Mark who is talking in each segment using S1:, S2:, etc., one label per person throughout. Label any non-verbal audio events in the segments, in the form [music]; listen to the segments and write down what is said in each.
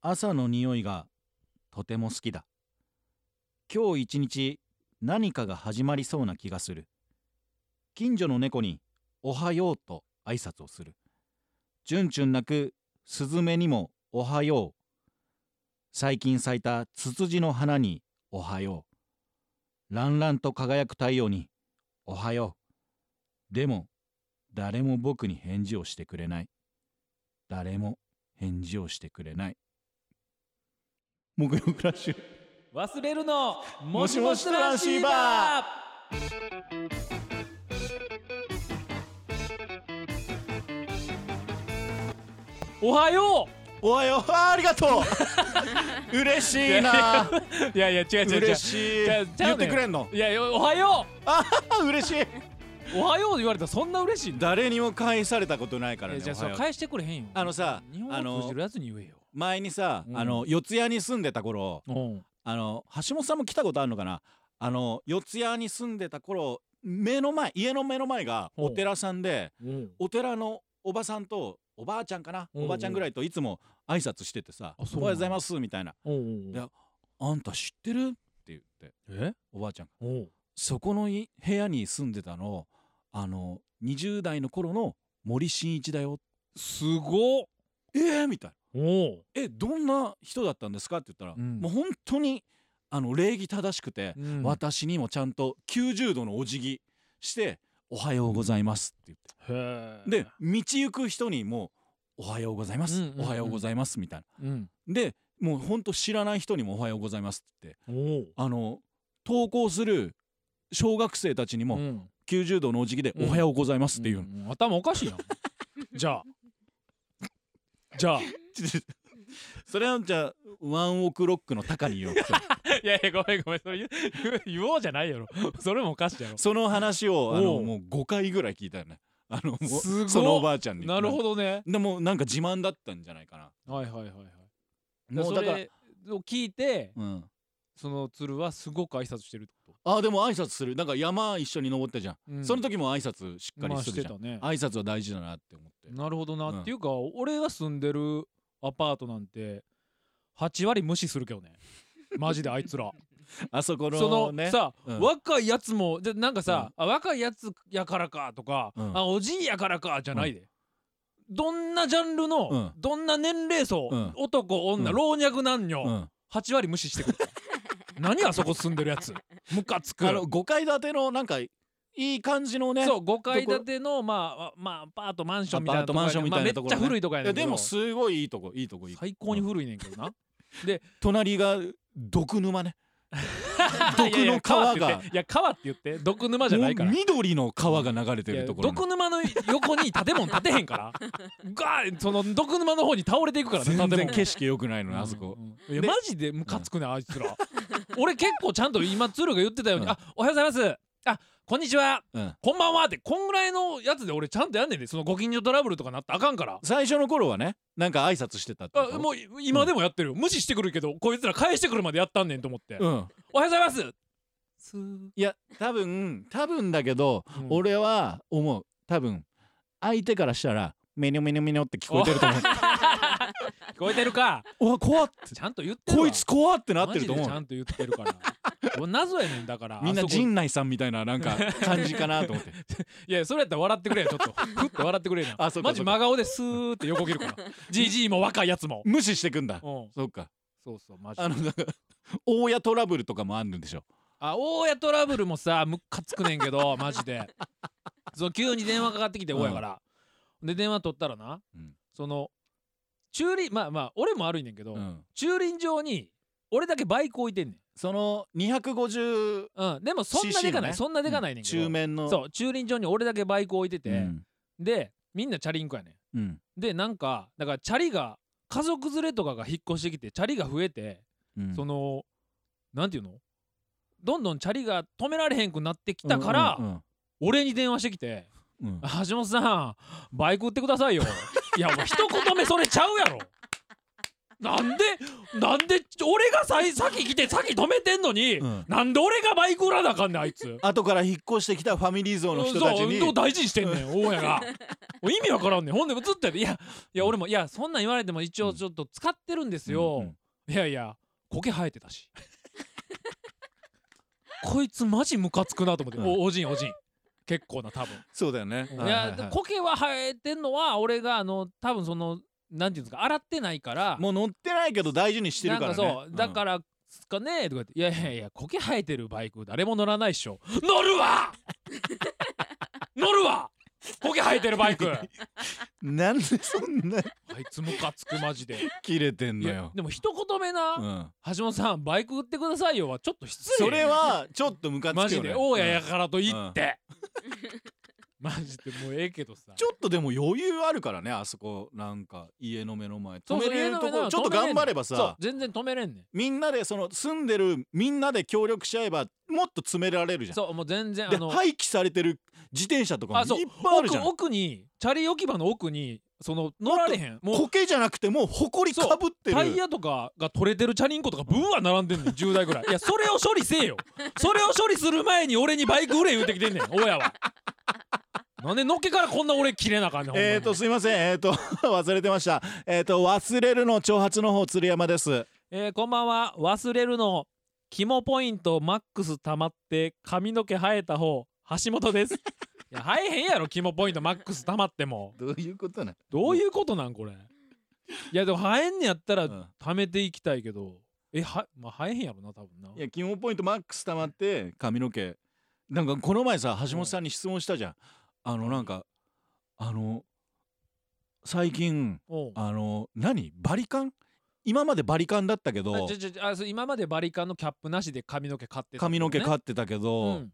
S1: 朝の匂いがとても好きだ今日一日何かが始まりそうな気がする近所の猫に「おはよう」と挨拶をするチュンチュン鳴くスズメにも「おはよう」最近咲いたツツジの花に「おはよう」ランランと輝く太陽に「おはよう」でも誰も僕に返事をしてくれない誰も返事をしてくれない木曜クラッシュ
S2: 忘れるのも
S1: も
S2: し
S1: し
S2: も
S1: も
S2: し
S1: し
S2: ト
S1: ト
S2: ラ
S1: ラ
S2: ン
S1: ン
S2: シ
S1: シ
S2: ー
S1: ー
S2: バ
S1: バ
S2: ーおはよ
S1: おはようあーありがと
S2: [laughs]
S1: う嬉しいな
S2: ういやいや違う違う違う
S1: 嬉しい
S2: じゃあじゃあ
S1: 言
S2: ね
S1: ってくれんの
S2: いやいやおはよ
S1: あー嬉しいう
S2: おはよう言われたらそんな嬉しいんだ
S1: 誰にも返されたことないから
S2: いや
S1: ね
S2: じゃあ
S1: おはよ
S2: それ
S1: う
S2: 返してくれへんよ
S1: あのさ
S2: 日
S1: あ
S2: 本語
S1: の
S2: 通じるやつに言えよ
S1: 前にさ、
S2: うん
S1: あの四谷に住んでた頃
S2: うん
S1: あの橋本さんも来たことあるのかなあの四谷に住んでた頃目の前家の目の前が
S2: ほう
S1: お寺さんで
S2: うん
S1: お寺のおばさんとおばあちゃんかな、
S2: うんうん
S1: おばあちゃんぐらいといつも挨拶しててさ「
S2: あ
S1: お
S2: そう
S1: はようございます」みたいな
S2: おう
S1: いや「あんた知ってる?」って言って
S2: え
S1: おばあちゃん
S2: おう
S1: そこのい部屋に住んでたのあの20代の頃の森進一だよ
S2: すごっ
S1: えー、みたいな
S2: おう
S1: 「えどんな人だったんですか?」って言ったら、
S2: うん
S1: もう本当にあの礼儀正しくて、
S2: うん
S1: 私にもちゃんと90度のお辞儀して「おはようございます」って言って。
S2: へえ
S1: で道行く人にも「おはようございます」
S2: うんうんうん
S1: おはようございます」みたい
S2: うん
S1: な。でもうほんと知らない人にも「おはようございます」って言って
S2: おう
S1: あの投稿する小学生たちに
S2: う
S1: も
S2: ん
S1: 90度のお辞儀で「
S2: うん
S1: おはようございます」っていうの。
S2: ん頭おか [laughs] しいやんじゃあじゃあ
S1: [laughs] それはじゃあワンオクロックの高に言 [laughs] おう
S2: いやいやごめんごめんそれ言う [laughs] 言おうじゃないやろそれもおかしいやろ
S1: その話をあ
S2: お
S1: の
S2: う
S1: もう5回ぐらい聞いたよね [laughs] あのもう
S2: すごっ
S1: そのおばあちゃんに
S2: なるほどね
S1: でもなんか自慢だったんじゃないか
S2: はいはいはいはい
S1: なもう
S2: そ
S1: だから
S2: れを聞いて
S1: うん
S2: その鶴はすごく挨拶してるってこ
S1: あでも挨拶するなんか山一緒に登ったじゃん、
S2: と、うん
S1: その時も挨拶しっか
S2: まあ
S1: りす
S2: し
S1: るじ
S2: て
S1: ゃん、
S2: たね
S1: 挨拶は大事だなって思って
S2: なるほどな、
S1: うん
S2: っていうか俺が住んでるアパートなんて8割無視するけどねマジであいつ [laughs] ら
S1: あそこの
S2: その、
S1: ね
S2: さ、
S1: うん
S2: 若いやつもでなんかさ、あ若いやつやからかとか、
S1: うん
S2: あおじいやからかじゃないで、どんなジャンルの、
S1: うん
S2: どんな年齢層、
S1: うん
S2: 男女、
S1: うん
S2: 老若男女、
S1: うん、
S2: 8割無
S1: [laughs]
S2: 視してくる何あそこ住んでるやつムカつく
S1: あの5階建てのなんかいい感じのね
S2: そう5階建てのまあまあアパートマンションみたいなとこ
S1: アパートマンションみたいなところね
S2: まあめっちゃ古いとこや
S1: い
S2: ね
S1: や
S2: んけど
S1: でもすごいいいとこいいとこいい
S2: 最高に古いねんけ
S1: [laughs]
S2: どな
S1: 隣が毒沼
S2: [laughs]
S1: ね
S2: いやいや
S1: 毒の川が
S2: って言っていや川って言って毒沼じゃないから
S1: もう緑の川が流れて
S2: いや
S1: るところね
S2: 毒沼の横に建物建てへんから
S1: [laughs]
S2: ガーッその毒沼の方に倒れていくからね
S1: 全
S2: 建
S1: 然
S2: 物
S1: 景色良くないのねあそこ、
S2: うんうんいや
S1: で
S2: マジでムカつくねあいつら [laughs] 俺結構ちゃんと今鶴が言ってたように「あおはようございます」あこんにちは
S1: うん
S2: こんばんはってこんぐらいのやつで俺ちゃんとやんねんでそのご近所トラブルとかなったらあかんから
S1: 最初の頃はねなんか挨拶してたってこと
S2: あもうい今でもやってるよ、無視してくるけどこいつら返してくるまでやったんねんと思って、
S1: うん
S2: おはようございますすー
S1: いや多分多分だけど、
S2: うん
S1: 俺は思う多分相手からしたら「メニョメニョメニョ」って聞こえてると [laughs]
S2: [laughs]
S1: 思う
S2: 聞こえてるか
S1: 「うわ [laughs] 怖っ!」って
S2: ちゃんと言ってるわ
S1: こいつ怖ってなっ
S2: マ
S1: てる
S2: ジ
S1: と
S2: で
S1: 思
S2: ちゃ
S1: うん
S2: と言ってるから
S1: [laughs]
S2: 俺謎やねんだから
S1: みんな
S2: あそこ
S1: 陣内さんみたいななん
S2: [laughs]
S1: か感じかなと思って
S2: いやそれやったら笑ってくれよちょっとふって笑ってくれよな
S1: [laughs] あそうか
S2: マジ
S1: そうか
S2: 真顔ですーって横切る
S1: [laughs]
S2: からじじいも若いやつも
S1: 無視してくんだ
S2: うん
S1: そうか
S2: そうそうマジで
S1: あのなんか大家トラブルとかもあるんでしょ
S2: あ大家トラブルもさムカつくねん
S1: [laughs]
S2: けどマジでそう急に電話かかってきて
S1: うん
S2: 大家から、で電話取ったらな、
S1: うん
S2: その駐輪まあまあ俺も悪いねんけど、
S1: うん
S2: 駐輪場に俺だけバイク置いてんね
S1: その 250cc
S2: ん、うん、でもそんなでかない、
S1: ね
S2: そんなでかないねんけど、
S1: 中面の
S2: そう駐輪場に俺だけバイク置いてて、
S1: うん
S2: でみんなチャリンコやね
S1: うん
S2: んでなんかだからチャリが家族連れとかが引っ越してきてチャリが増えて、
S1: うん
S2: そのなんていうのどんどんチャリが止められへんくなってきたから、
S1: うんうん
S2: 俺に電話してきて
S1: うんうん
S2: 「橋本さんバイク売ってくださいよ」いやもう一言目それちゃうやろなんでなんで俺がさ先来て先止めてんのに、
S1: うん
S2: なんで俺がバイク売らなあかんねんあいつ
S1: 後から引っ越してきたファミリー像の人たちに [laughs]
S2: そう運動大事にしてんねん大家がもう意味わからんねんほんでずっとやっていやいや俺もいやそんなん言われても一応ちょっと使ってるんですよ、
S1: うんうん
S2: いやいや苔生えてたし [laughs] こいつマジムカつくなと思って、
S1: うん
S2: おおじんおじん結構な多分
S1: そうだよね。
S2: い
S1: はいはい
S2: や
S1: はい
S2: 苔は生えてんのは俺があの多分そのなんていうんですか洗ってないから
S1: もう乗ってないけど大事にしてるからね。、
S2: なんかそうだかららっすかねとか言って「いやいやいや苔生えてるバイク誰も乗らないっしょ乗る
S1: [laughs]
S2: わ乗るわ苔生えてるバイクあ
S1: なんでそんない
S2: つムカつくマジで
S1: 切れてん
S2: い
S1: の
S2: や
S1: よ。
S2: でも一言目な、
S1: うん。
S2: 橋本さんバイク売ってくださいよはちょっと失礼
S1: それはちょっとムカつくよ、ね。
S2: マジで大家やからと言
S1: うん
S2: って、 [laughs] マジでもうええけどさ
S1: ちょっとでも余裕あるからねあそこなんか家の目の前
S2: そ
S1: 止
S2: う
S1: め
S2: そう
S1: れるとこ
S2: 家の目の前
S1: ろちょっと頑張れば
S2: そう
S1: さ
S2: 全然止めれんね
S1: みんなでその住んでるみんなで協力し合えばもっと詰められるじ
S2: ん
S1: ゃん。
S2: そうもう全然あ
S1: で
S2: の
S1: 廃棄されてる自転車とかもい
S2: あ
S1: っ
S2: そう
S1: ぱいあるじゃん
S2: 奥。奥にチャリ置き場の奥にその乗られへんもう
S1: 苔じゃなくてもう埃かぶってる
S2: タイヤとかが取れてるチャリンコとかブワー並んでんねん10台ぐらいいやそれを処理せえよそれを処理する前に俺にバイク売れ言うてきてんねん親はなんでのっけからこんな俺切れなあかんねんほんまに
S1: えーとすいませんえーと [laughs] 忘れてましたえーと忘れるの挑発の方鶴山です
S2: えーこんばんは忘れるの肝ポイントマックス溜まって髪の毛生えた方橋
S1: [laughs]
S2: 本ですいや生えへんやろ肝ポイントマックス溜まっても
S1: どういうことな
S2: どういうことなんこれいやでも生えんねやったら
S1: の、
S2: 溜めていきたいけどえは、まあ、生えへんやろな多分ない
S1: やキモポイントマックス溜まって髪の毛なんかこの前さ橋本さんに質問したじゃんあのなんかあの最近
S2: おう
S1: あの何バリカン今までバリカンだったけ
S2: あ
S1: ど
S2: ちょちょちょあそう今までバリカンのキャップなしで髪の毛買ってた
S1: 髪の毛
S2: っ
S1: 飼ってたけ
S2: う
S1: ど
S2: ん、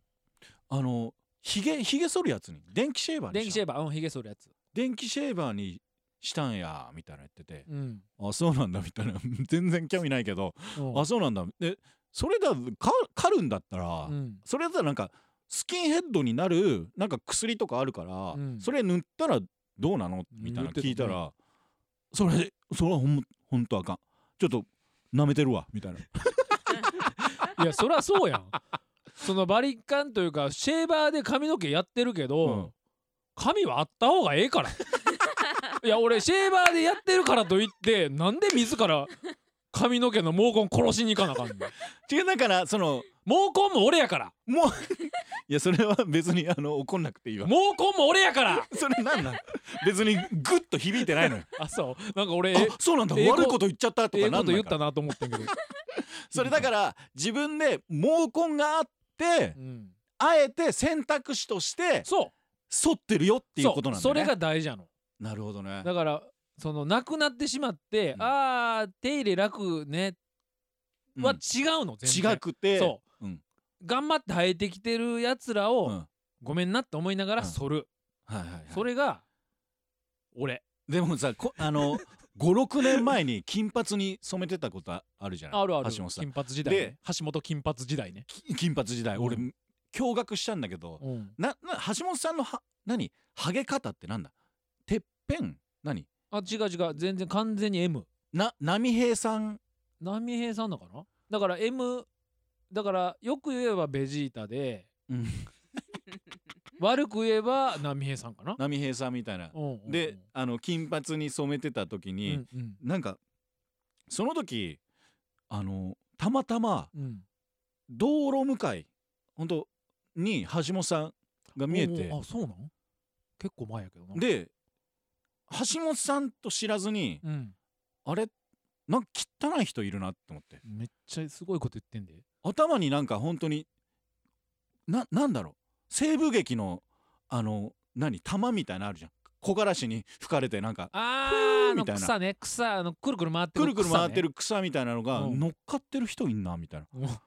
S1: あのひげひげ剃るやつに電気シェーバー
S2: 電
S1: に
S2: 気
S1: し
S2: シェ
S1: た
S2: ーバーうんヒゲ剃るやつ
S1: 電気シェーバーにしたんやみたいな言ってて
S2: うん
S1: あそうなんだみたいな [laughs] 全然興味ないけど
S2: うん
S1: あそうなんだでそれだか刈るんだったら、
S2: うん
S1: それだったらなんかスキンヘッドになるなんか薬とかあるから、
S2: うん
S1: それ塗ったらどうなのみたいなの
S2: 言ってたね
S1: 聞いたら、それそれはほんほんとあかんちょっと舐めてるわみたいな
S2: いやそりゃそうやんそのバリカンというかシェーバーで髪の毛やってるけど、
S1: うん
S2: 髪はあった方がええ
S1: [laughs]
S2: からいや俺シェーバーでやってるからといってなんで自ら髪の毛の毛根殺しに行かなあかんの
S1: 違うだからその
S2: 毛根も俺やから
S1: もういやそれは別にあの怒んなくていい
S2: 毛
S1: わ
S2: 根も俺やから
S1: それなんなん別にグッと響いてないのよ
S2: あそうなんか俺
S1: あそうなんだ
S2: 英語
S1: 悪いこと言っちゃったと
S2: え
S1: か
S2: え
S1: な
S2: こ
S1: ん
S2: と
S1: ない
S2: 言っ
S1: か
S2: た
S1: ら
S2: なと思ったけど、
S1: [laughs] それだから自分で毛根があって
S2: うん、
S1: あえて選択肢として
S2: そう
S1: 剃ってるよっていうことなんだね
S2: そうそれが大事なの
S1: なるほどね
S2: だからそのなくなってしまって、
S1: うん
S2: あー手入れ楽ね
S1: うん
S2: は違うの、全然
S1: 違くて
S2: そう、
S1: うん
S2: 頑張って生えてきてるやつらを、
S1: うんはい
S2: ごめんなって思いながら
S1: うん
S2: 剃る、
S1: はいはい
S2: それが俺
S1: でもさこあ
S2: [laughs]
S1: の56年前に金髪に染めてたことあるじゃない
S2: あるある
S1: 橋本さん
S2: 金髪時代、ね
S1: で、
S2: 橋本金髪時代ね、
S1: き金髪時代俺
S2: う
S1: 驚愕したんだけど
S2: うん
S1: なな橋本さんのは何ハゲ方ってなんだてっぺん何
S2: あ違う違う全然完全に M
S1: な波平さん
S2: 波平さんだかなだから M だからよく言えばベジータで
S1: うん
S2: 悪く言えば波平さん
S1: [laughs]
S2: かな、
S1: 波平さんみたいな
S2: うんうんうん
S1: であの金髪に染めてた時
S2: う
S1: に、
S2: んうん
S1: なんかその時あのたまたま
S2: うん
S1: 道路向かい本当に橋本さんが見えて
S2: おうおうあそうなん結構前やけどな
S1: で橋本さんと知らずに
S2: うん
S1: あれなんか汚い人いるなって思って
S2: めっちゃすごいこと言ってんで
S1: 頭になんか本当にななんだろう西部劇のあの何玉みたいなのあるじゃん木枯らしに吹かれてなんか
S2: あ
S1: ー
S2: あの
S1: みたいな
S2: 草ね草あのくるくる回っ
S1: く
S2: てる
S1: るくる回って
S2: る
S1: る草みたいなのが
S2: うん
S1: 乗っかってる人いんなみたいな
S2: うん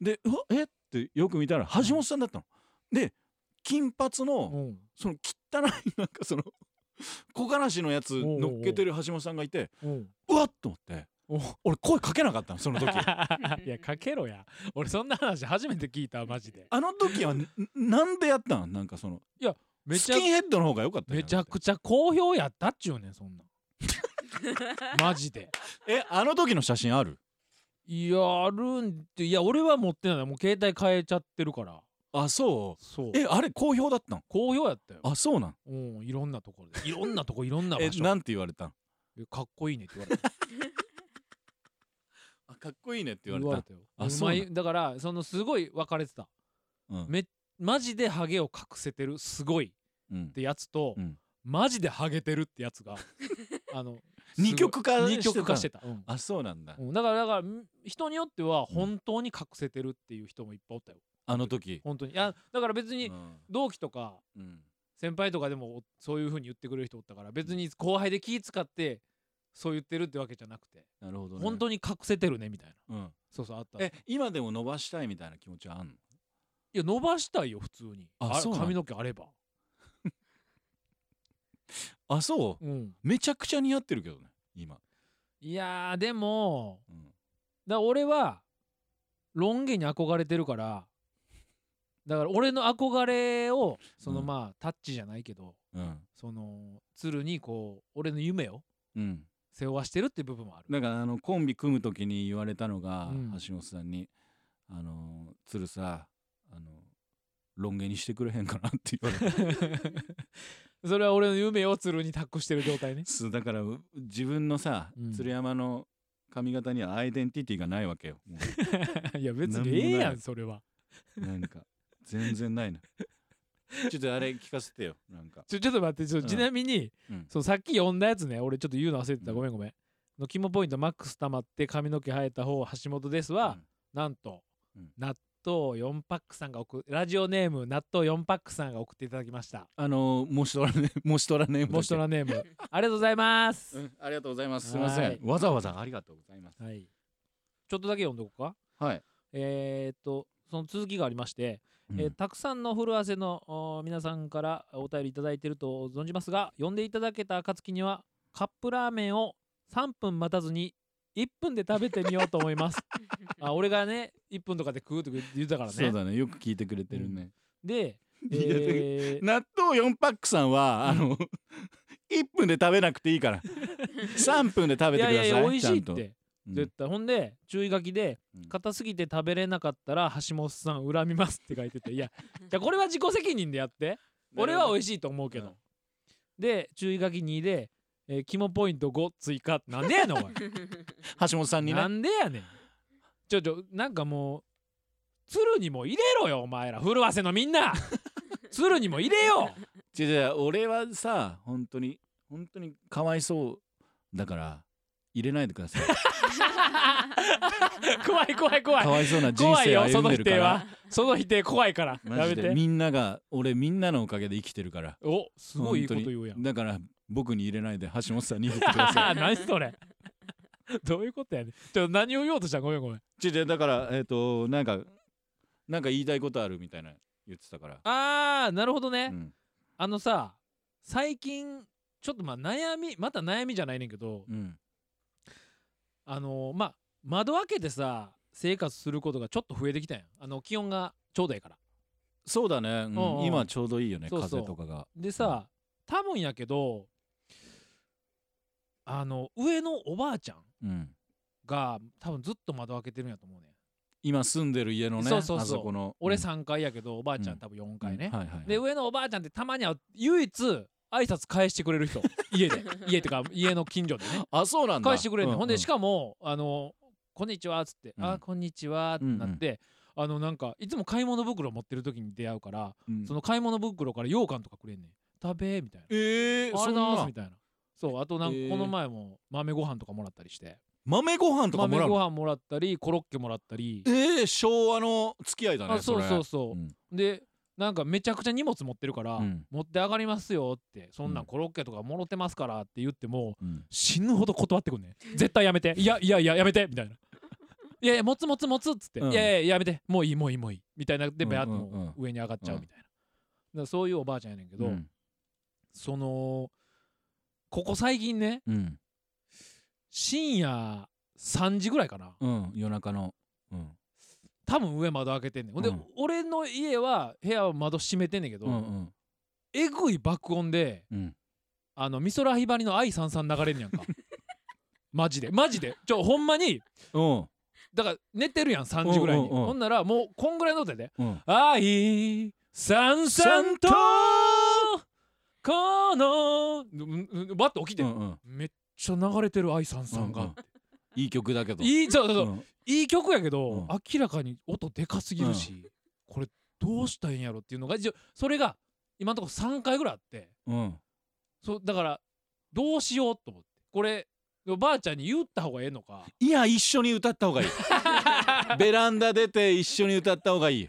S1: でうわえってよく見たら橋本さんだったの。で金髪の、
S2: うん
S1: その汚いなんかその [laughs] 木枯らしのやつ
S2: おうおう
S1: 乗っけてる橋本さんがいて
S2: うん
S1: うわっと思って
S2: おう
S1: 俺声かけなかったのその時
S2: [laughs] いやかけろや俺そんな話初めて聞いたマジで
S1: あの時はんなんでやったのなんかその
S2: め
S1: ス
S2: ちゃ
S1: キンヘッドの方が良かったじ
S2: めちゃ
S1: ゃ
S2: くちゃ好評やったっちゅうねんそん [laughs] なんマジで
S1: んえあの時の写真ある
S2: いやあるんっていや俺は持ってないもう携帯変えちゃってるから
S1: あそう
S2: そう
S1: えあれ好評だったん
S2: 好評やったよ
S1: あそうなん
S2: うんいろんなところでいろんなとこいろんな
S1: え
S2: 場所
S1: なんて言われたん
S2: えかっこいいねって言われ [laughs] た
S1: あかっこいいねって
S2: 言われたよ
S1: あ
S2: うまい
S1: そうな
S2: だからそのすごい分かれてた
S1: うん
S2: めマジでハゲを隠せてるすごいっ
S1: うん
S2: てやつと、
S1: うん
S2: マジでハゲてるってやつ [laughs] があのすごい
S1: 二極化
S2: 二極化して
S1: して
S2: た、うん
S1: あそうなんだ
S2: うんだからだからん人によっては本当に隠せてるっていう人もいっぱいおったよ
S1: あの時
S2: 本当にいやだから別に
S1: うん
S2: 同期とか
S1: うん
S2: 先輩とかでもおそういう風に言ってくれる人おったから別に後輩で気使ってそう言ってるってわけじゃなくて
S1: なるほどね
S2: 本当に隠せてるねみたいな
S1: うん
S2: そうそうあった
S1: え今でも伸ばしたいみたいな気持ちはあんの
S2: いや伸ばしたいよ普通に
S1: あそうなん
S2: 髪の毛あれば
S1: あそう
S2: うん
S1: めちゃくちゃ似合ってるけどね今
S2: いやーでも
S1: うん
S2: だから俺はロン毛に憧れてるからだから俺の憧れをその
S1: うん
S2: まあ、タッチじゃないけど
S1: うん
S2: その鶴にこう俺の夢を
S1: うん
S2: 背負わしてるっていう部分 [laughs] もある
S1: だからあのコンビ組む時に言われたのが、
S2: うん
S1: 橋本さんに「あの鶴さあのロン毛にしてくれへんかな」って言われ
S2: それは俺の夢を鶴に託してる状態ね
S1: た [laughs] そうだからう自分のさ、
S2: うん
S1: 鶴山の髪型にはアイデンティティがないわけよも
S2: [laughs] いや別
S1: なん
S2: に
S1: もない
S2: ええやんそれは
S1: うなん
S2: [laughs]
S1: か全然ないなちょっとあれ聞かせてよなんか
S2: ちょちょっ [laughs] と待ってちょっと
S1: うん
S2: ちなみに、
S1: うん
S2: そうさっき読んだやつね俺ちょっと言うの忘れてた、
S1: うん
S2: ごめんごめんのキモポイントマックス溜まって髪の毛生えた方橋本ですは、なんと、
S1: うん
S2: 納豆4パックさんが送ラジオネーム納豆4パックさんが送っていただきました
S1: あのもしとら
S2: [laughs]
S1: ねもしとらね
S2: モシトラネー
S1: [laughs]
S2: ムありがとうございます、
S1: うん、ありがとうございますすいませ
S2: は
S1: ん
S2: い
S1: わざわざありがとうございます
S2: はいちょっとだけ読んどこうか
S1: はい、
S2: えー、っとその続きがありまして、えーたくさんの古汗のお皆さんからお便りいただいていると存じますが呼んでいただけた暁にはカップラーメンを3分待たずに1分で食べてみようと思います
S1: [laughs]
S2: あ俺がね1分とかで食うとか言ってたから
S1: [laughs]
S2: ね
S1: そうだねよく聞いてくれてるね、
S2: で、
S1: いや
S2: えー
S1: 納豆4パックさんはあの1分で食べなくていい
S2: [laughs]
S1: から3分で [laughs] 食べてください
S2: いやいや美味しい
S1: ちゃ
S2: っ
S1: んと
S2: て絶対、ほんで注意書きで
S1: うん
S2: 硬すぎて食べれなかったら橋本さん恨みますって書いてていやじゃあこれは自己責任でやって俺は美味しいと思うけど、
S1: うん
S2: で注意書き2で、えー、キモポイント5追加なんでやねんお
S1: [laughs]
S2: い
S1: 橋本さんに
S2: な
S1: ね
S2: んでやねんちょちょなんかもう鶴にも入れろよお前ら古わせのみ
S1: [laughs]
S2: んな鶴にも入れよ
S1: 違う違う俺はさ本当に本当にかわいそうだから入れないでください [laughs]
S2: 怖い怖い怖
S1: か
S2: い
S1: わいそうな人
S2: 怖い
S1: 生を
S2: よ
S1: 歩
S2: そ
S1: ん
S2: の
S1: でる
S2: 否
S1: か
S2: 定
S1: ら
S2: はその否定怖いからや
S1: マジ
S2: め
S1: で
S2: て
S1: みんなが俺みんなのおかげで生きてるから
S2: おすごいいいこと
S1: 本当に
S2: 言うやん
S1: だから僕に入れないで橋本さんに入れてくださ
S2: あ [laughs] 何それどういうことやねんちょ何を言おうとしたんごめんごめん
S1: い [laughs] 違う違うだからえっ、となんかなんか言いたいことあるみたいな言ってたから、
S2: あーなるほどね、
S1: うん
S2: あのさ最近ちょっとまあ悩みまた悩みじゃないねんけど
S1: うん、
S2: あのーまあ窓開けてさ生活することがちょっと増えてきたやんあの気温がちょうどいいから
S1: そうだね、うん
S2: うんうん
S1: 今ちょうどいいよね
S2: そうそう
S1: 風とかが
S2: でさ多分やけどあの上のおばあちゃん
S1: うん、
S2: が多分ずっと窓開けてるんやと思うねん
S1: 今住んでる家のね
S2: そうそう
S1: あ
S2: そう
S1: そこの
S2: 俺
S1: うん
S2: 3階やけどおばあちゃ
S1: うん
S2: ん多分4階ね、
S1: うんはいはいはい
S2: で上のおばあちゃんってたまには唯一挨拶返してくれる人家
S1: [laughs]
S2: で家ってか家の近所でね
S1: あそうなんだ
S2: 返してくれる、
S1: うう
S2: のほんでしかも「あのこんにちは」っつって「
S1: うん
S2: あこんにちは」ってなって、あのなんかいつも買い物袋持ってる時に出会うから、
S1: うん
S2: その買い物袋から羊羹とかくれんねん「食べ」みたいな「
S1: ええ
S2: あ
S1: そ
S2: れ
S1: んな
S2: な」みたいな。そうあとなん
S1: えー
S2: かこの前も豆ご飯とかもらったりして、
S1: 豆ご飯とか
S2: 豆
S1: も
S2: ご
S1: らうの
S2: 飯もらったりコロッケもらったり、
S1: ええ昭和の付き合いだね
S2: あそうそう
S1: そ
S2: そう、
S1: ん
S2: でなんかめちゃくちゃ荷物持ってるから、
S1: うん
S2: 持って上がりますよってそんな
S1: うん
S2: んコロッケとかもろてますからって言っても
S1: うん
S2: 死ぬほど断ってくんねん絶対やめていやいやいややめてみたいな [laughs] 「いやいや持つ持つ持つ」っつって「
S1: うん
S2: いやいややめてもういいもういいもういい」みたいなで
S1: うん
S2: ベアッと
S1: うん
S2: もう上に上がっちゃうみたいな、だからそういうおばあちゃんやねんけど、
S1: うん
S2: そのここ最近ね
S1: うん
S2: 深夜3時ぐらいかな
S1: うん夜中のうん
S2: 多分上窓開けてんねんほんで、
S1: うん
S2: 俺の家は部屋は窓閉めてんねんけど、
S1: うんうん
S2: えぐい爆音で
S1: うん
S2: あの美空
S1: [laughs]
S2: ひばりの「愛さんさん」流れんねやんかマジでマジでちょほんまに
S1: うん
S2: だから寝てるやん3時ぐらいに
S1: うんうんうん
S2: ほんならもうこんぐらいの音やで
S1: うん
S2: 「愛さんさんとこの」うんうんバッと起きて、
S1: うんうん
S2: めっちゃ流れてる愛さんさんが、
S1: うんいい曲だけど
S2: いいそうそうそう
S1: うん
S2: いい曲やけど、
S1: うん
S2: 明らかに音でかすぎるし、これどうしたらいいんやろっていうのが一応それが今のところ3回ぐらいあって
S1: うん
S2: そうだからどうしようと思ってこればあちゃんに言った方がええのか
S1: いや一緒に歌った方 [laughs] がいいベランダ出て一緒に歌った方がいい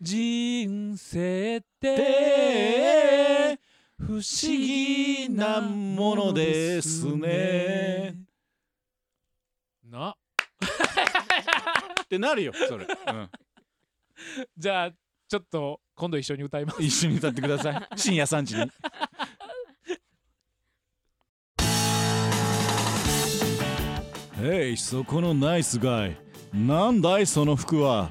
S2: 人生っ
S1: 「
S2: て
S1: て
S2: 不思
S1: 不思議
S2: 議
S1: な
S2: な
S1: も
S2: も
S1: の
S2: の
S1: で
S2: ですす
S1: ね
S2: ねな」
S1: ってなるよそれ、うん
S2: じゃあちょっと今度一緒に歌います
S1: 一緒に歌ってくださ [laughs] い深夜3時に「えいそこのナイスガイなんだいその服は」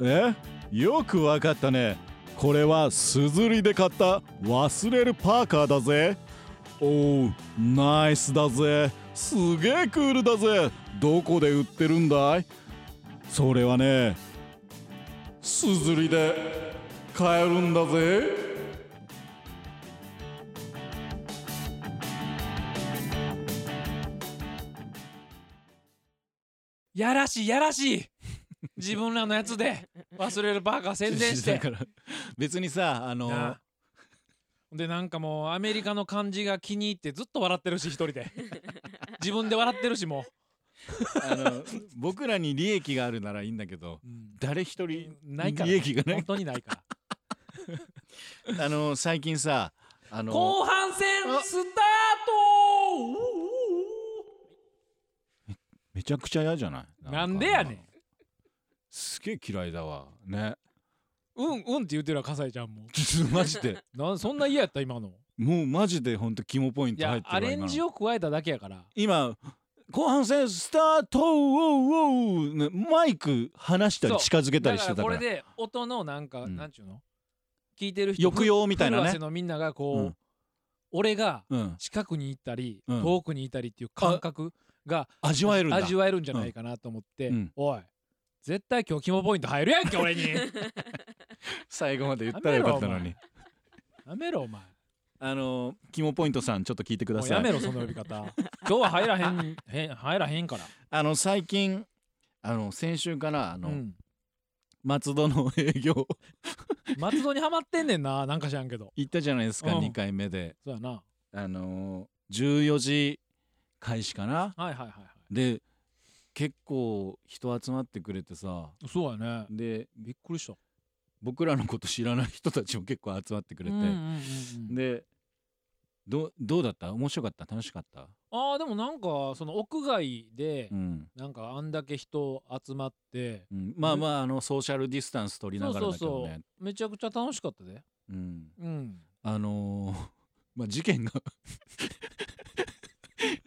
S1: えよくわかったねこれはすずりで買った忘れるパーカーだぜおうナイスだぜすげえクールだぜどこで売ってるんだいそれはねすずりで買えるんだぜ
S2: やらしいやらしい自分らのやつで忘れるバーカー宣伝して
S1: だから別にさあの
S2: なあでなんかもうアメリカの感じが気に入ってずっと笑ってるし一人で自分で笑ってるしも
S1: あの僕らに利益があるならいいんだけど
S2: う、
S1: 誰一人
S2: ない [laughs] から
S1: 利益がない
S2: 本当にないから
S1: あの最近さあの
S2: 後半戦
S1: あ
S2: スター
S1: めちゃくちゃ嫌じゃない
S2: トなんでやねん
S1: すげえ嫌いだわね [laughs]
S2: うんうんって言ってるわ笠井ちゃんも
S1: ちょっとマジで
S2: なんそんな嫌やった今の
S1: もうマジでほんと肝ポイン
S2: い
S1: ト入
S2: や
S1: ってるわ
S2: アレンジ
S1: を
S2: を加えただけやから
S1: 今後半戦スタートウォーウォーウォーねマイク離したり近づけた
S2: だ
S1: りし
S2: か
S1: て
S2: ら
S1: た
S2: こ
S1: か
S2: れ
S1: ら
S2: で音のなんか、
S1: うん
S2: なんちゅうの聞いてる人
S1: 抑揚みたいなね
S2: フルワセのみんながこう、
S1: うん
S2: 俺が
S1: うん
S2: 近くに行ったり、
S1: うん
S2: 遠くにいたりっていう感覚が
S1: 味わえるんだ
S2: 味わえるんじゃないかなと思って、
S1: うん
S2: おい絶対今日キモポイント入るやんけ俺に
S1: [laughs] 最後まで言ったらよかったの
S2: やめろお
S1: に
S2: 前やめろお前
S1: あの肝ポイントさんちょっと聞いてくだ
S2: もう
S1: さ
S2: や
S1: い
S2: めろその呼び方今日は入らへんへん入らへんから
S1: あの最近あの先週からあの、
S2: うん
S1: 松戸の営業
S2: 松戸にはまってんねんななんか知らんけど
S1: 行ったじゃないですか、
S2: うん
S1: 二2回目で
S2: そうやな
S1: あのー、14時開始かな
S2: はいはいはいは
S1: で結構人集まってくれてさ
S2: いそうやね
S1: で
S2: びっくりした
S1: 僕らのこと知らない人たちも結構集まってくれて、
S2: うんうんうんうん
S1: でどどうだった面白かった楽しかった、
S2: あーでもなんかその屋外で、
S1: うん
S2: なんかあんだけ人集まって
S1: うんまあまああのソーシャルディスタンス取りな
S2: そう
S1: がら
S2: そ
S1: だ
S2: う
S1: けどね
S2: そうめちゃくちゃ楽しかったで
S1: うん、
S2: うん
S1: あのー、 [laughs] まあ事件が [laughs]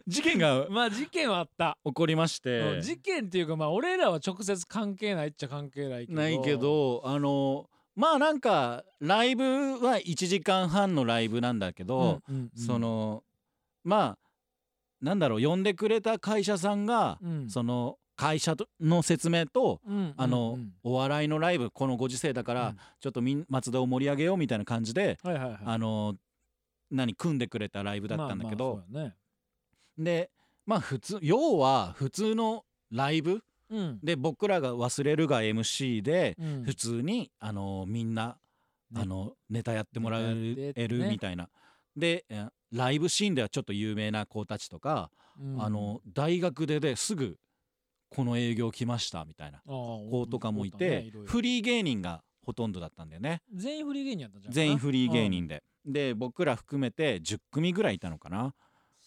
S1: 事件が
S2: まあ事件はあった
S1: 起こりまし
S2: うん
S1: て
S2: 事件っていうかまあ俺らは直接関係ないっちゃ関係ないけど
S1: ないけどあのまあなんかライブは1時間半のライブなんだけど、
S2: うんうんうん
S1: そのまあなんだろう呼んでくれた会社さんが、
S2: うん
S1: その会社との説明と
S2: うんうんうん
S1: あの、お笑いのライブこのご時世だから、
S2: うん
S1: ちょっとみん松戸を盛り上げようみたいな感じで、
S2: はいはいはい
S1: あの何組んでくれたライブだったんだけど、
S2: まあまあそうやね
S1: でまあ普通要は普通のライブ
S2: うん
S1: で僕らが「忘れる」が MC で
S2: うん
S1: 普通にあのみんな
S2: ね
S1: あのネタやってもら
S2: ネタや
S1: え
S2: ってって
S1: る
S2: ね
S1: みたいな。でえーライブシーンではちょっと有名な子たちとか
S2: うん
S1: あの大学でですぐこの営業来ましたみたいな
S2: あー
S1: 子とかもい
S2: おったね
S1: て
S2: いろいろ
S1: フリー芸人がほとんどだったんだよね
S2: 全員フリー芸人やったんじゃん
S1: 全員フリー芸人で。で僕ら含めて10組ぐらいいたのかな。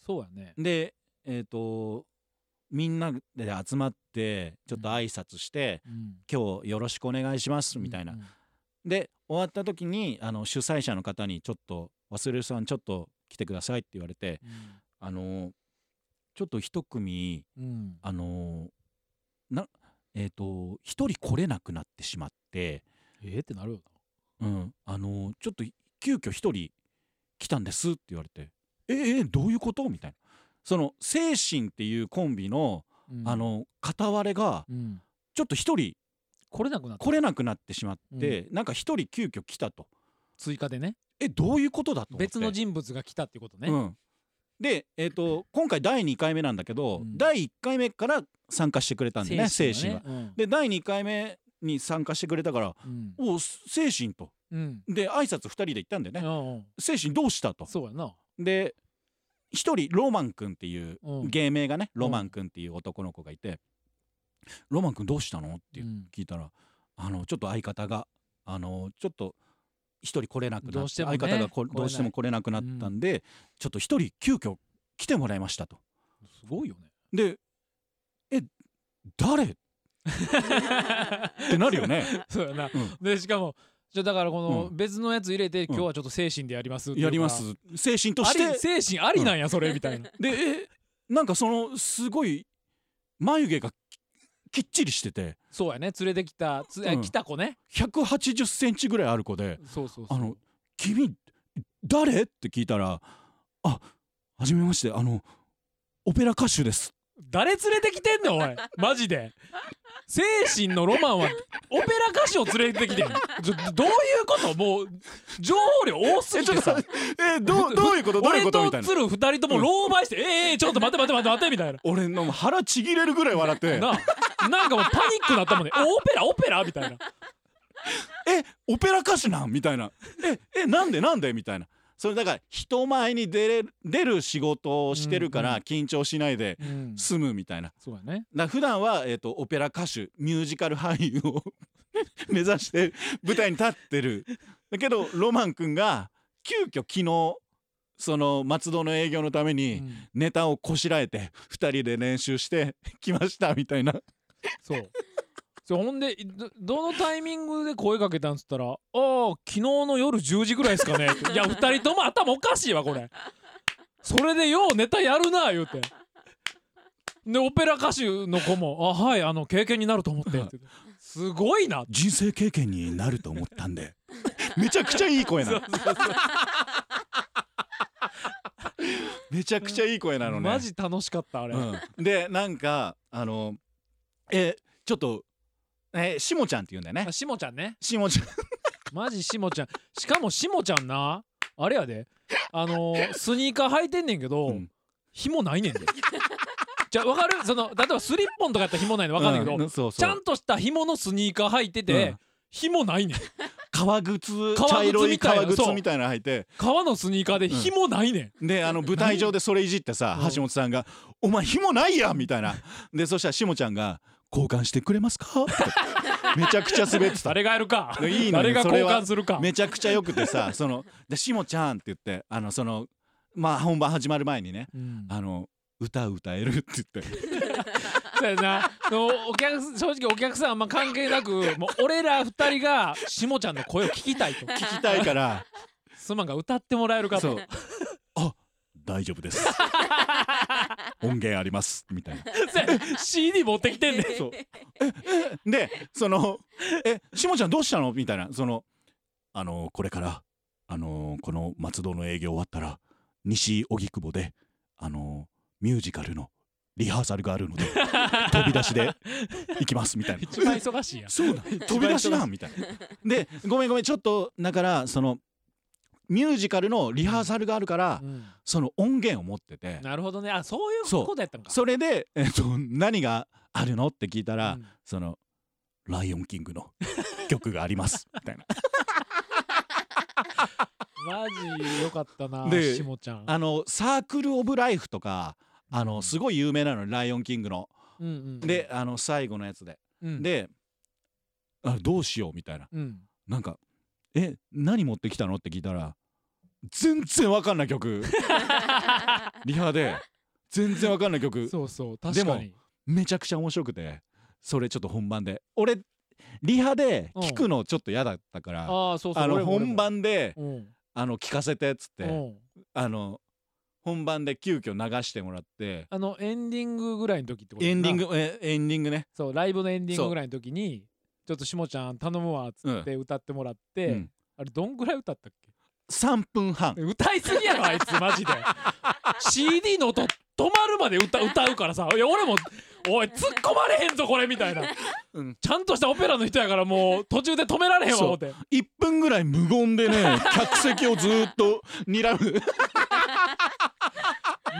S2: そうやね
S1: でえっ、とみんなで集まってちょっと挨拶して、
S2: うん
S1: 今日よろしくお願いしますみたいな、
S2: うん
S1: で終わった時にあの主催者の方にちょっと「忘れるさんちょっと来てください」って言われてあのちょっと一組
S2: うんうん
S1: あのなえっ、と一人来れなくなってしまって、
S2: えーってなるよ
S1: うん、あのちょっと急遽一人来たんですって言われて「ええどういうこと?」みたいなその精神っていうコンビの
S2: うん
S1: あ、の片割れが
S2: うん、
S1: ちょっと一人
S2: 来れなくなった
S1: 来れなくなってしまって、なんか一人急遽来たと
S2: 追加でね
S1: えどういうことだと思って
S2: 別の人物が来たってことね、
S1: うん、で、えー、と今回第2回目なんだけど、
S2: うん
S1: 第1回目から参加してくれたんでね精神が。
S2: がね
S1: で第2回目に参加してくれたから
S2: うん
S1: 「おう精神」と。
S2: うん
S1: で挨拶2人で行ったんだ
S2: う
S1: よね。
S2: んうん
S1: 精神どうしたと。
S2: そうやな
S1: で1人ロマン君っていう
S2: うん
S1: 芸名がねロマン君っていう男の子がいて「ロマン君どうしたの?」って
S2: うん
S1: 聞いたらあのちょっと相方があのちょっと。一人来れなくなって
S2: どうしてもね
S1: 相方がこ
S2: 来れない
S1: どうしても来れなくなったんで、ちょっと一人急遽来てもらいましたと
S2: すごいよね
S1: でえ誰 [laughs] ってなるよね、
S2: [laughs] そうやな
S1: うん
S2: でしかもじゃあだからこの
S1: う
S2: 別のやつ入れて
S1: ん
S2: 今日はちょっと精神でやりますっていうか
S1: やります精神と
S2: あ
S1: し
S2: り
S1: て
S2: 精神ありなんやそれみた
S1: [laughs]
S2: いな
S1: でえなんかそのすごい眉毛がききっちりしてて
S2: そうやね連れてきたつえ
S1: うん
S2: 来た子ね
S1: 1 8 0ンチぐらいある子で
S2: そうそう
S1: 「あ
S2: そ
S1: の
S2: う
S1: 君誰?」って聞いたら「あはじめましてあのオペラ歌手です
S2: 誰連れてきてんねんおいマジで精神のロマンはオペラ歌手を連れてきてんちょどういうこともう情報量多」すぎてさ
S1: え [laughs] どうどういうことどういう
S2: 俺
S1: ことみ
S2: と
S1: たいな
S2: 鶴二人とも狼狽して「ええええちょっと待て待て待て待て」みたいな
S1: 俺の腹ちぎれるぐらい笑 [laughs] って
S2: なあなんかもうパニックになったもんねおオペラオペラみたいな
S1: えオペラ歌手なんみたいなええなんでなんでみたいなそれだから人前に出れる出る仕事をしてるか
S2: うん
S1: ら緊張しないで
S2: うん
S1: 済むみたいなだか
S2: そうやね
S1: ら普段はえっとオペラ歌手ミュージカル俳優を [laughs] 目指して舞台に立ってるだけどロマン君が急遽昨日その松戸の営業のためにネタをこしらえて2人で練習してきましたみたいな
S2: そうそうほんでどどのタイミングで声かけたんつったら「ああ昨日の夜10時ぐらいですかね」いや2人とも頭おかしいわこれそれでようネタやるな」言うて。でオペラ歌手の子も「あはいあの経験になると思って」って言ってすごいな
S1: 人生経験になると思ったん [laughs] でめちゃくちゃいい声なのめちゃくちゃいい声なのね
S2: マジ楽しかったあれ、
S1: うん、でなんかあのえちょっとえしもちゃんって言うんだよね
S2: あしもちゃんね
S1: しもちゃん
S2: マジしもちゃんしかもしもちゃんなあれやであのースニーカー履いてんねんけど、
S1: うん
S2: 紐ないねんでじゃあわかるその例えばスリッポンとかやったら紐ないのわかんないけど、
S1: うそうそう
S2: ちゃんとした紐のスニーカー履いてて、
S1: うん
S2: 紐ないねん
S1: 革靴
S2: 革靴
S1: 茶色い
S2: みたいな
S1: 革
S2: そ
S1: 靴
S2: う
S1: みたいなの履いて
S2: 革のスニーカーで紐ないねん、
S1: であの舞台上でそれいじってさ
S2: うん
S1: 橋本さんが「お前紐ないやん!」みたいなでそしたらしもちゃんが「交換してくれますか?」ってめちゃくちゃ滑ってた
S2: 誰がやるか
S1: いいのよ
S2: 誰が
S1: そ
S2: 交
S1: れは
S2: 換するか
S1: めちゃくちゃよくて
S2: [laughs]
S1: さそのでしもちゃんって言ってあのそのまあ本番始まる前にね
S2: うん
S1: あの歌歌えるって言って
S2: そうやなのお客正直お客さんあんま関係なくもう俺ら二人がしもちゃんの声を聞きたいと
S1: 聞
S2: [laughs]
S1: きたいから
S2: すまんが歌ってもらえるか
S1: そ
S2: と [laughs]
S1: うあ大丈夫です音源ありますみたいな
S2: CD 持ってきてんねん
S1: そう [laughs] でその「えしもちゃんどうしたの?」みたいなそのあのこれからあのこの松戸の営業終わったら西荻窪であのミュージカルのリハーサルがあるの
S2: [laughs]
S1: で [laughs] 飛び出しで行きますみたいな
S2: 一番忙しいやん
S1: そうだ飛び出しなんみたいな。でごめんごめんちょっとだからそのミュージカルのリハーサルがあるから、
S2: うん
S1: その音源を持ってて
S2: なるほどねあそういう
S1: そう
S2: ことやったんか
S1: それで、えっと、何があるのって聞いたら、
S2: うん
S1: その「ライオンキング」 [laughs] の曲がありますみたいな。
S2: マジよかったな
S1: で
S2: しもちゃん
S1: [laughs] あのサークル・オブ・ライフとかあ
S2: う
S1: の
S2: ん
S1: すごい有名なの「ライオンキングの」
S2: うんうん
S1: であの最後のやつで。
S2: うん
S1: であどうしようみたいな。
S2: うん
S1: なんか「え何持ってきたの?」って聞いたら全然わかんない [laughs] 曲リハで全然わかんない曲
S2: そうそう確かに
S1: めちゃくちゃ面白くてそれちょっと本番で俺リハで聞くのちょっと嫌だったから、
S2: ああそうそう
S1: あ
S2: 俺
S1: の
S2: も俺も
S1: 本番で
S2: うん
S1: あの聞かせてっつっ
S2: う
S1: て
S2: ん
S1: あの本番で急遽流してもらって
S2: あのエンディングぐらいの時ってこと
S1: エ
S2: やん
S1: ン
S2: な
S1: ディングえエンディングね
S2: そうライブのエンディン
S1: そ
S2: グ
S1: う
S2: ぐらいの時にちょっとしもちゃん頼むわっつって歌ってもらっ
S1: う
S2: て
S1: ん
S2: あれどんぐらい歌ったっけ
S1: 3分半
S2: 歌いすぎやろあ
S1: [laughs]
S2: いつマジで CD の音止まるまで歌歌うからさいや俺もおい突っ込まれへんぞこれみたいな
S1: うん
S2: ちゃんとしたオペラの人やからもう途中で止められへんわ
S1: そう
S2: 思って
S1: 1分ぐらい無言で [laughs] ね客席をずーっと睨む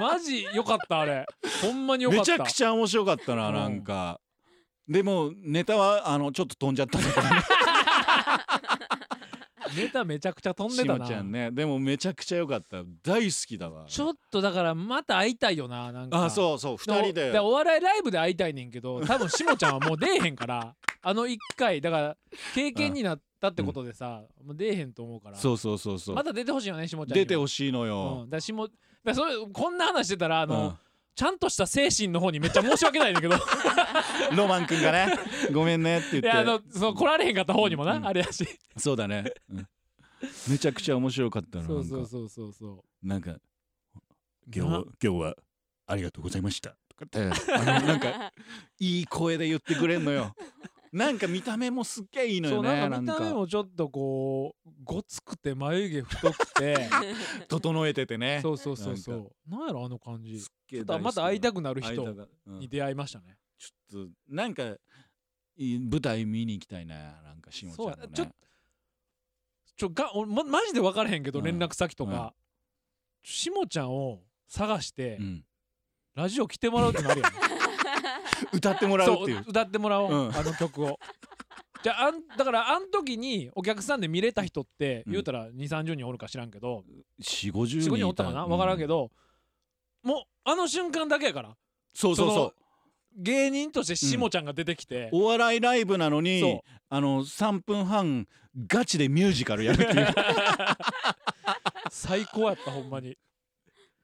S2: マジよかったあれほんまによか
S1: め
S2: っ
S1: ち
S2: た
S1: ゃくちゃ面白かったな
S2: うん
S1: なんか、でもネタはあのちょっと飛んじゃったんだけど [laughs] ね
S2: ネタめちゃくちゃ飛んで
S1: したも
S2: な
S1: ちゃんねでもめちゃくちゃ良かった大好きだわ
S2: ちょっとだからまた会いたいよななんか
S1: あそうそう
S2: でも
S1: 2人で
S2: だからお笑いライブで会いたいねんけど多分しもちゃんはもう出えへんからあの1回だから経験になったってことでさ、もう出えへんと思うから
S1: そうそうそうそう、
S2: また出てほしいよねしもちゃんに
S1: 出
S2: は
S1: てほしいの
S2: う
S1: よ、
S2: ん、だしもだからそれこんな話してたらあ
S1: う
S2: の、
S1: ん
S2: ちゃんとした精神の方にめっちゃ申し訳ないんだけど
S1: [laughs]
S2: い
S1: ロマン君がね「ごめんね」って言って
S2: やあのその来られへんかった方にもな、
S1: うん
S2: あれやし
S1: そうだね、うんめちゃくちゃ面白かったの
S2: そうそ
S1: なん
S2: う
S1: か
S2: そうそうそう
S1: なんか今日
S2: な
S1: は今日はありがとうございましたとか
S2: [laughs]
S1: ってあのなんかいい声で言ってくれんのよなんか見た目もすっげえいいの
S2: そ
S1: よ
S2: う
S1: ね
S2: なん
S1: な
S2: か
S1: ん
S2: 見た目
S1: か
S2: もちょっとこうごつくて眉毛太くて
S1: [laughs] 整えててね
S2: そうそうそうそうなんやろあの感じち
S1: すっげ
S2: ょ
S1: え
S2: っと
S1: 大好
S2: ま
S1: きな
S2: た会いたくなる
S1: 会いた
S2: 人
S1: がうん
S2: に出会いましたね
S1: ちょっとなんかいい舞台見に行きたいななんかしもちゃん
S2: そう
S1: も
S2: や
S1: ね
S2: ちょっちょが俺まマジで分からへんけど
S1: うん
S2: 連絡先と
S1: う
S2: かしもちゃんを探して
S1: うん
S2: ラジオ来てもらうってなるやん
S1: 歌ってもらうっていう
S2: そう歌ってもらおう、
S1: うん
S2: あの曲を [laughs] じゃああんだからあん時にお客さんで見れた人って
S1: うん
S2: 言うたら2 3 0人おるか知らんけど
S1: 4 5 0
S2: 45人おったかな分からんけ
S1: ど、
S2: ど、もうあの瞬間だけやから
S1: そうそう
S2: そ
S1: そ
S2: の芸人としてしもちゃんが出てきて
S1: う、お笑いライブなのに
S2: そ
S1: あの3分半ガチでミュージカルやる
S2: [laughs]
S1: っていう
S2: う最高やったほんまに [laughs]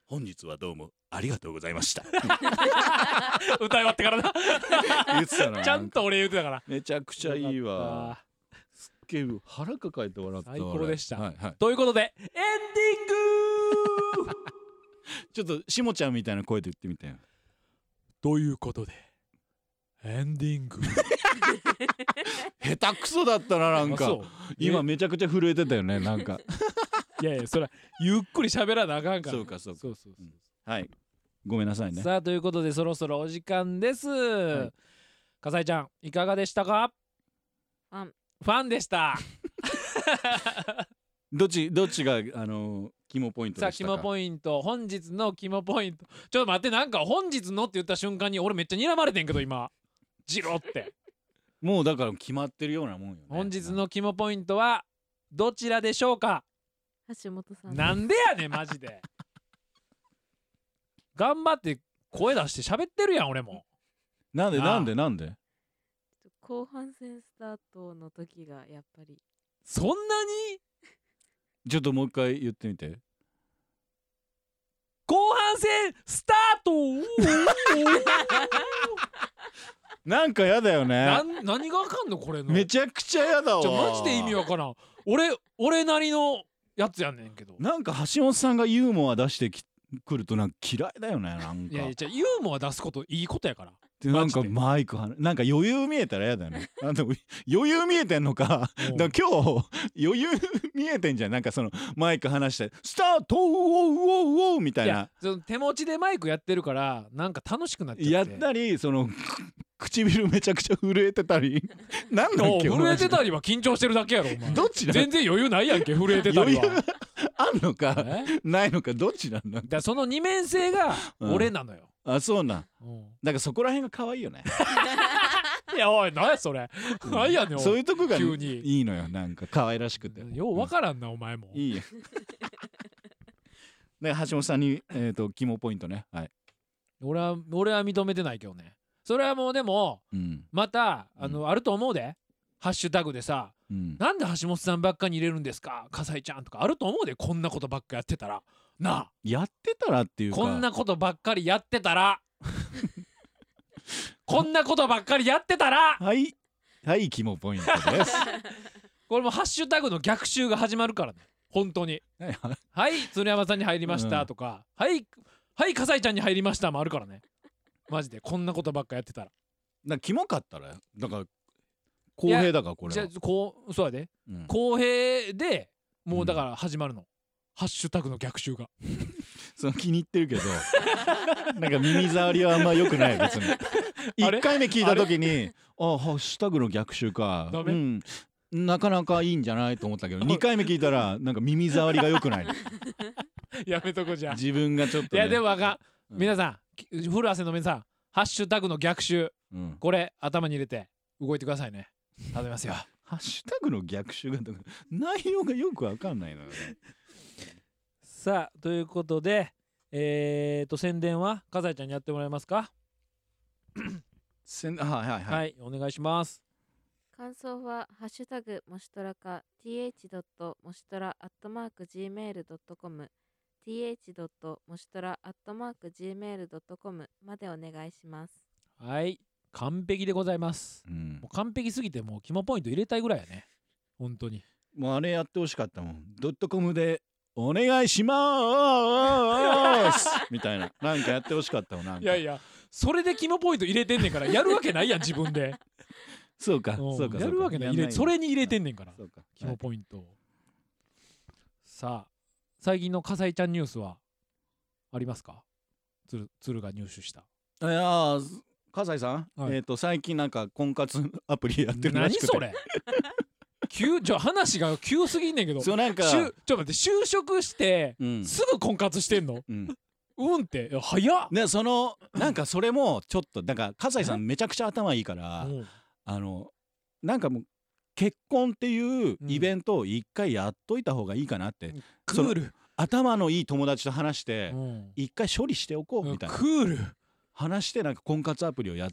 S1: 本日はどうもありがとうございました
S2: 歌い終わってからな
S1: 言ってたな
S2: ちゃんと俺言うてたから
S1: めちゃくちゃいい
S2: よ
S1: わ
S2: かった
S1: けど腹抱えて笑ったわ
S2: 最高でした
S1: 俺はいはい
S2: ということでエンディング
S1: ちょっとしもちゃんみたいな声で言ってみて
S2: ということでエンディング
S1: 下手くそだったななん
S2: あ
S1: か
S2: そう
S1: 今めちゃくちゃ震えてたよねなん
S2: [laughs]
S1: か
S2: いやいやそれはゆっくり喋らなあかんから
S1: そうかそうか
S2: そうそうそう
S1: はいごめんなさいね
S2: さあということでそろそろお時間です、
S1: い
S2: 笠井ちゃんいかがでしたか
S3: ファン
S2: ファンでした
S1: [laughs] どっちどっちがあの肝ポイント
S2: さあ
S1: でし
S2: キ
S1: たか
S2: モポイント本日のキモポイントちょっと待ってなんか本日のって言った瞬間に俺めっちゃ睨まれてんけど今ジロって
S1: [laughs] もうだから決まってるようなもんよね
S2: 本日のキモポイントはどちらでしょうか
S3: 橋本さんの
S2: なんでやねんマジで [laughs] 頑張って声出して喋ってるやん俺も
S1: なんで
S2: なあ
S1: なんでなんで
S3: 後半戦スタートの時がやっぱり
S2: そんなに
S1: ちょっともう一回言ってみて
S2: 後半戦スター
S1: [laughs]
S2: ト
S1: なんかやだよね
S2: なん何があかんのこれの
S1: めちゃくちゃやだわ
S2: ちょマジで意味わからん俺俺なりのやつやねんけど
S1: なんか橋本さんがユーモア出してきくるとなんか嫌いだよねなん
S2: い
S1: か
S2: やいやじゃあユーモア出すこといいことやから
S1: でなんか
S2: マジで
S1: マイクはなんか余裕見えたらやだよねあでも [laughs] 余裕見えてんのか
S2: [laughs] もう
S1: だから今日余裕見えてんじゃんなんかそのマイク離して「スタートウォウウォウウォウ」みたい
S2: い
S1: な
S2: やその手持ちでマイクやってるからなんか楽しくなっちゃ
S1: や
S2: っ
S1: ってたりそのく唇めちゃくちゃ震えてた
S2: [laughs]
S1: りなんだっ
S2: おう
S1: け
S2: 震えてたりは緊張してるだけやろお前
S1: どっちだ
S2: 全然余裕ないやんけ震えてたりは
S1: 余裕あんのか
S2: え
S1: ないのかどっちなんだ
S2: だからその二面性が
S1: うん
S2: 俺なのよ。
S1: あそうなん
S2: うん
S1: だからそこら辺が可愛いよね
S2: いやおい何やそれ。何やねん
S1: そう
S2: お
S1: い
S2: いう
S1: とこが
S2: 急に
S1: いいのよなんか可愛らしくて
S2: ようわからんなお前も。
S1: いいよ [laughs] で橋本さんにえっ、と肝ポイントねはい、
S2: 俺は俺は認めてないけどね。それはもうでも
S1: うん
S2: またあ
S1: う
S2: のあると思うで。ハッシュタグでさ
S1: うん
S2: 「なんで橋本さんばっかに入れるんですか笠井ちゃん」とかあると思うでこんなことばっかやってたらなあ
S1: やってたらっていうか
S2: こんなことばっかりやって
S1: [laughs]
S2: たらこんなことばっかりやってたら
S1: はいはい肝ポイントです [laughs]
S2: これもハッシュタグの逆襲が始まるからね本当に
S1: はい
S2: はい鶴山さんに入りまし
S1: う
S2: た
S1: ん
S2: とか、はいはい笠井ちゃんに入りましたもあるからねマジでこんなことばっかやってたら
S1: なキモかったらよだから公平だからこれ
S2: じゃ
S1: は、
S2: あこうそうやで
S1: うん
S2: 公平でもうだ
S1: ん
S2: から始まるの、ハッシュタグの逆襲が
S1: [laughs] その気に入ってるけどなんか耳障りはあんま良くない別に
S2: あれ
S1: 1回目聞いた時に「あハッシュタグの逆襲か」
S2: ダメ
S1: うんなかなかいいんじゃないと思ったけど2回目聞いたらなんか耳障りが良 [laughs] くない
S2: [laughs] やめとこじゃあ
S1: 自分がちょっと、
S2: い
S1: ね、
S2: やでもあかん、
S1: うん
S2: 皆さんき古汗の皆さん「ハッシュタグの逆襲
S1: うん」
S2: これ頭に入れて動いてくださいね食べますよ
S1: ハッシュタグの逆襲がだから内容がよくわかんないのよね。
S2: [laughs] さあということでえー、と宣伝はかざいちゃんにやってもらえますか
S1: せんあはいはい
S2: はい、
S1: はい。
S2: お願いします
S3: 感想は、ハッシュタグ、もしとらか、th. もしとら、アットマーク、gmail.com、th. もしとら、アットマーク、gmail.com までお願いします。
S2: はい完璧でございます
S1: うん
S2: もう完璧すぎてもうキモポイント入れたいぐらいやね本当に
S1: もうあれやってほしかったもん。ドットコムでお願いしまーすみたいななんかやってほしかったもんなんか。
S2: いやいやそれでキモポイント入れてんねんからやるわけないやん自
S1: [laughs]
S2: 分で
S1: そうか
S2: うん
S1: そうか
S2: やるわけない
S1: ん
S2: 入れそれに入れてんねんから
S1: そうか。
S2: キモポイントを、さあ最近の笠井ちゃんニュースはありますか鶴鶴が入手した
S1: いやー笠井さん、
S2: はい
S1: えっ、と最近なんか婚活 [laughs] アプリやってるら
S2: 何
S1: しくて。
S2: それ [laughs] 急ちょ話が急すぎんねんけど
S1: そうなんか。
S2: しゅちょっと待って就職して
S1: うん。
S2: すぐ婚活してんの
S1: うん、
S2: うんっていや早っ、
S1: でそのなんかそれもちょっとなんか笠井さんめちゃくちゃ頭いいから
S2: うん
S1: あのなんかもう結婚っていうイベントを一回やっといた方がいいかなって、
S2: うんク
S1: その
S2: ール、
S1: 頭のいい友達と話して
S2: うん
S1: 一回処理しておこうみたいな
S2: クール
S1: 話してなんか婚活アプリをや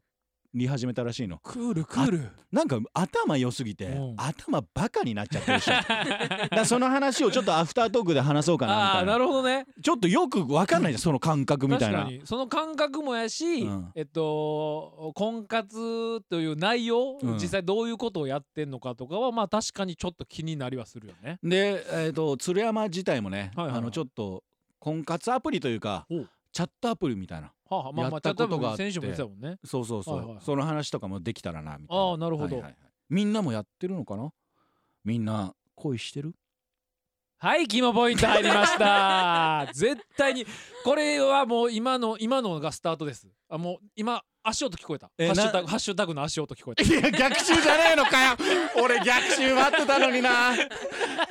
S1: り始めたらしいの
S2: クールクール
S1: なんか頭良すぎて
S2: うん
S1: 頭バカになっちゃ [laughs] ってるしだ
S2: [laughs]
S1: からその話をちょっとアフタートークで話そうかなみ
S2: あ
S1: た
S2: あ
S1: い
S2: な
S1: な
S2: るほどね
S1: ちょっとよく分かんないじゃんその感覚みたい
S2: 確か
S1: な
S2: にその感覚もやし、
S1: うん
S2: えっと婚活という内容、
S1: うん
S2: 実際どういうことをやってんのかとかはまあ確かにちょっと気になりはするよね。
S1: で、えー、と鶴山自体もね、
S2: はいはいはい
S1: あのちょっと婚活アプリというか
S2: おう
S1: チャットアプリみたいな
S2: はあはあ、まあまあ
S1: やったことがあって
S2: 選手も言ってたもんね。
S1: そうそうそう、
S2: はいはいはい
S1: その話とかもできたらなみたいな
S2: あーなるほど
S1: はいはいはいみんなもやってるのかなみんな恋してる
S2: はいキモポイント入りました
S1: [laughs]
S2: 絶対にこれはもう今の今のがスタートですあもう今足音聞こえた
S1: え
S2: ハッシュタ
S1: な
S2: グハッシュタグの足音聞こえた
S1: いや逆襲じゃねえのかよ俺逆襲待ってたのに [laughs] な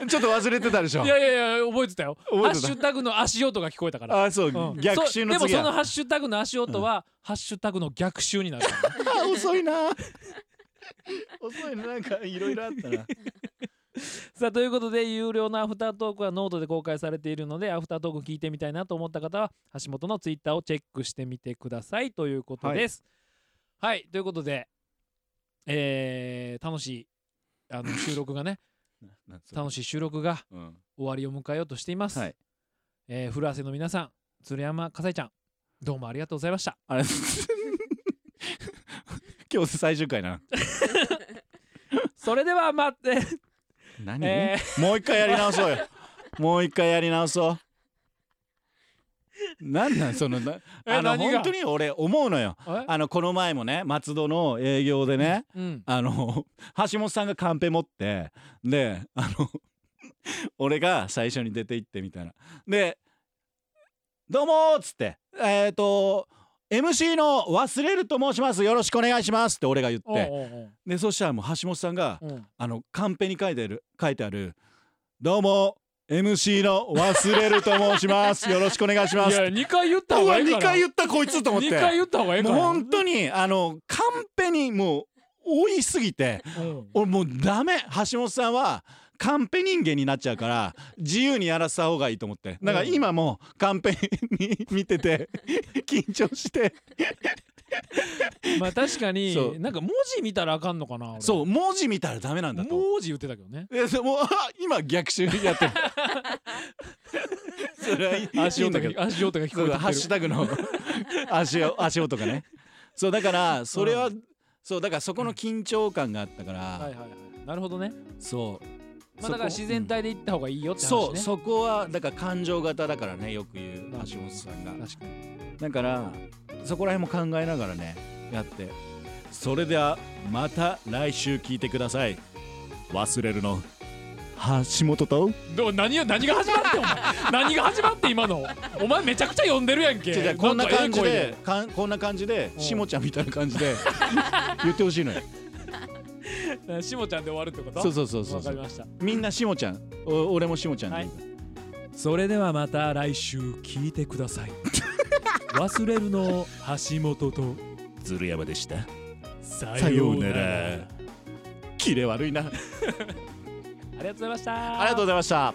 S1: ちょっと忘れてたでしょ
S2: いやいやいや覚えてたよハ
S1: 覚え
S2: ッ
S1: てた
S2: シュタグの足音が聞こえたから
S1: あーそう、
S2: うん
S1: 逆襲の
S2: そう
S1: 次
S2: でもその
S1: は
S2: ハッシュタグの足音は、ハッシュタグの逆襲になるからね
S1: あー遅いな遅いななんかいろいろあったな
S2: さあということで有料のアフタートークはノートで公開されているのでアフタートーク聞いてみたいなと思った方は橋本のツイッターをチェックしてみてくださいということですはい、ということでえー、楽しいあの収録がね楽
S1: しい、
S2: しい収録が
S1: うん
S2: 終わりを迎えようとしています、
S1: はい
S2: えー、古汗の皆さん鶴山笠井ちゃんどうもありがとうございました
S1: あれ今日最終回な
S2: それではまって、
S1: 何
S2: え
S1: もう一回やり直そうよもう一回やり直そうなんなんそのな
S2: え
S1: あの
S2: 何が
S1: 本当に俺思うのよ
S2: ー、
S1: [laughs] あのこの前もね松戸の営業でね
S2: うん
S1: あの [laughs] 橋本さんがカンペ持ってであの [laughs] 俺が最初に出て行ってみたいなで「どうも」っつって「えっ、と MC の忘れると申しますよろしくお願いします」って俺が言っ
S2: おう
S1: て
S2: おう
S1: でそしたらもう橋本さんが
S2: おううん
S1: あのカンペに書いてある書いてある「どうも MC の忘れると申します
S2: [laughs]
S1: よろしくお願いしま
S2: い
S1: す
S2: や」2回言った
S1: う
S2: 方
S1: わ
S2: がいいか
S1: 2
S2: ら
S1: 回言ったこいつと思っ
S2: 2回
S1: て
S2: 言った方がいいか
S1: もう
S2: ら
S1: 本当にあのカンペにもう多いすぎて
S2: うん
S1: 俺もうダメ橋本さんはカンペ人間になっちゃうから自由にやらせた方がいいと思ってだから今もカンペに見てて緊張して
S2: [laughs] まあ確かに
S1: そう
S2: なんか文字見たらあかんのかな俺
S1: そう文字見たらダメなんだと
S2: 文字言ってたけどね
S1: えそうもうあ今逆襲やってる [laughs] それはいい
S2: 足
S1: いいん
S2: 音
S1: だけ
S2: が
S1: ど
S2: 足音が聞
S1: そ
S2: こ
S1: う
S2: えて
S1: ハッシ
S2: き
S1: ュ
S2: てる
S1: タグ [laughs] の足を足音がねそうだからそれは、そうだからそこの緊張感があったから、
S2: はいはいはいなるほどね
S1: そう
S2: まあだから自然体で言った方がいいよって話ね
S1: そうそこはだから感情型だからねよく言う橋本さんが
S2: 確かに
S1: だからそこら辺も考えながらねやってそれではまた来週聞いてください忘れるの橋本と
S2: ど何よ何が始まってお前
S1: [laughs]
S2: 何が始まって今のお前めちゃくちゃ呼んでるやんけ
S1: 違う違うこんな
S2: かええ
S1: 感じ
S2: 声
S1: でかんこんな感じで
S2: うん
S1: しもちゃんみたいな感じ [laughs] で言ってほしいのよ
S2: でしもちゃんで終わるってこと
S1: そうそうそうそう
S2: わかりました
S1: みんなしもちゃんお俺もしもちゃんでいいから
S2: それではまた来週聞いてくだ
S1: [laughs]
S2: さい忘れるの橋本と
S1: 鶴山でした
S2: さ
S1: さような
S2: あ
S1: らキレ悪いなあり
S2: りがとうございました
S1: がとうございました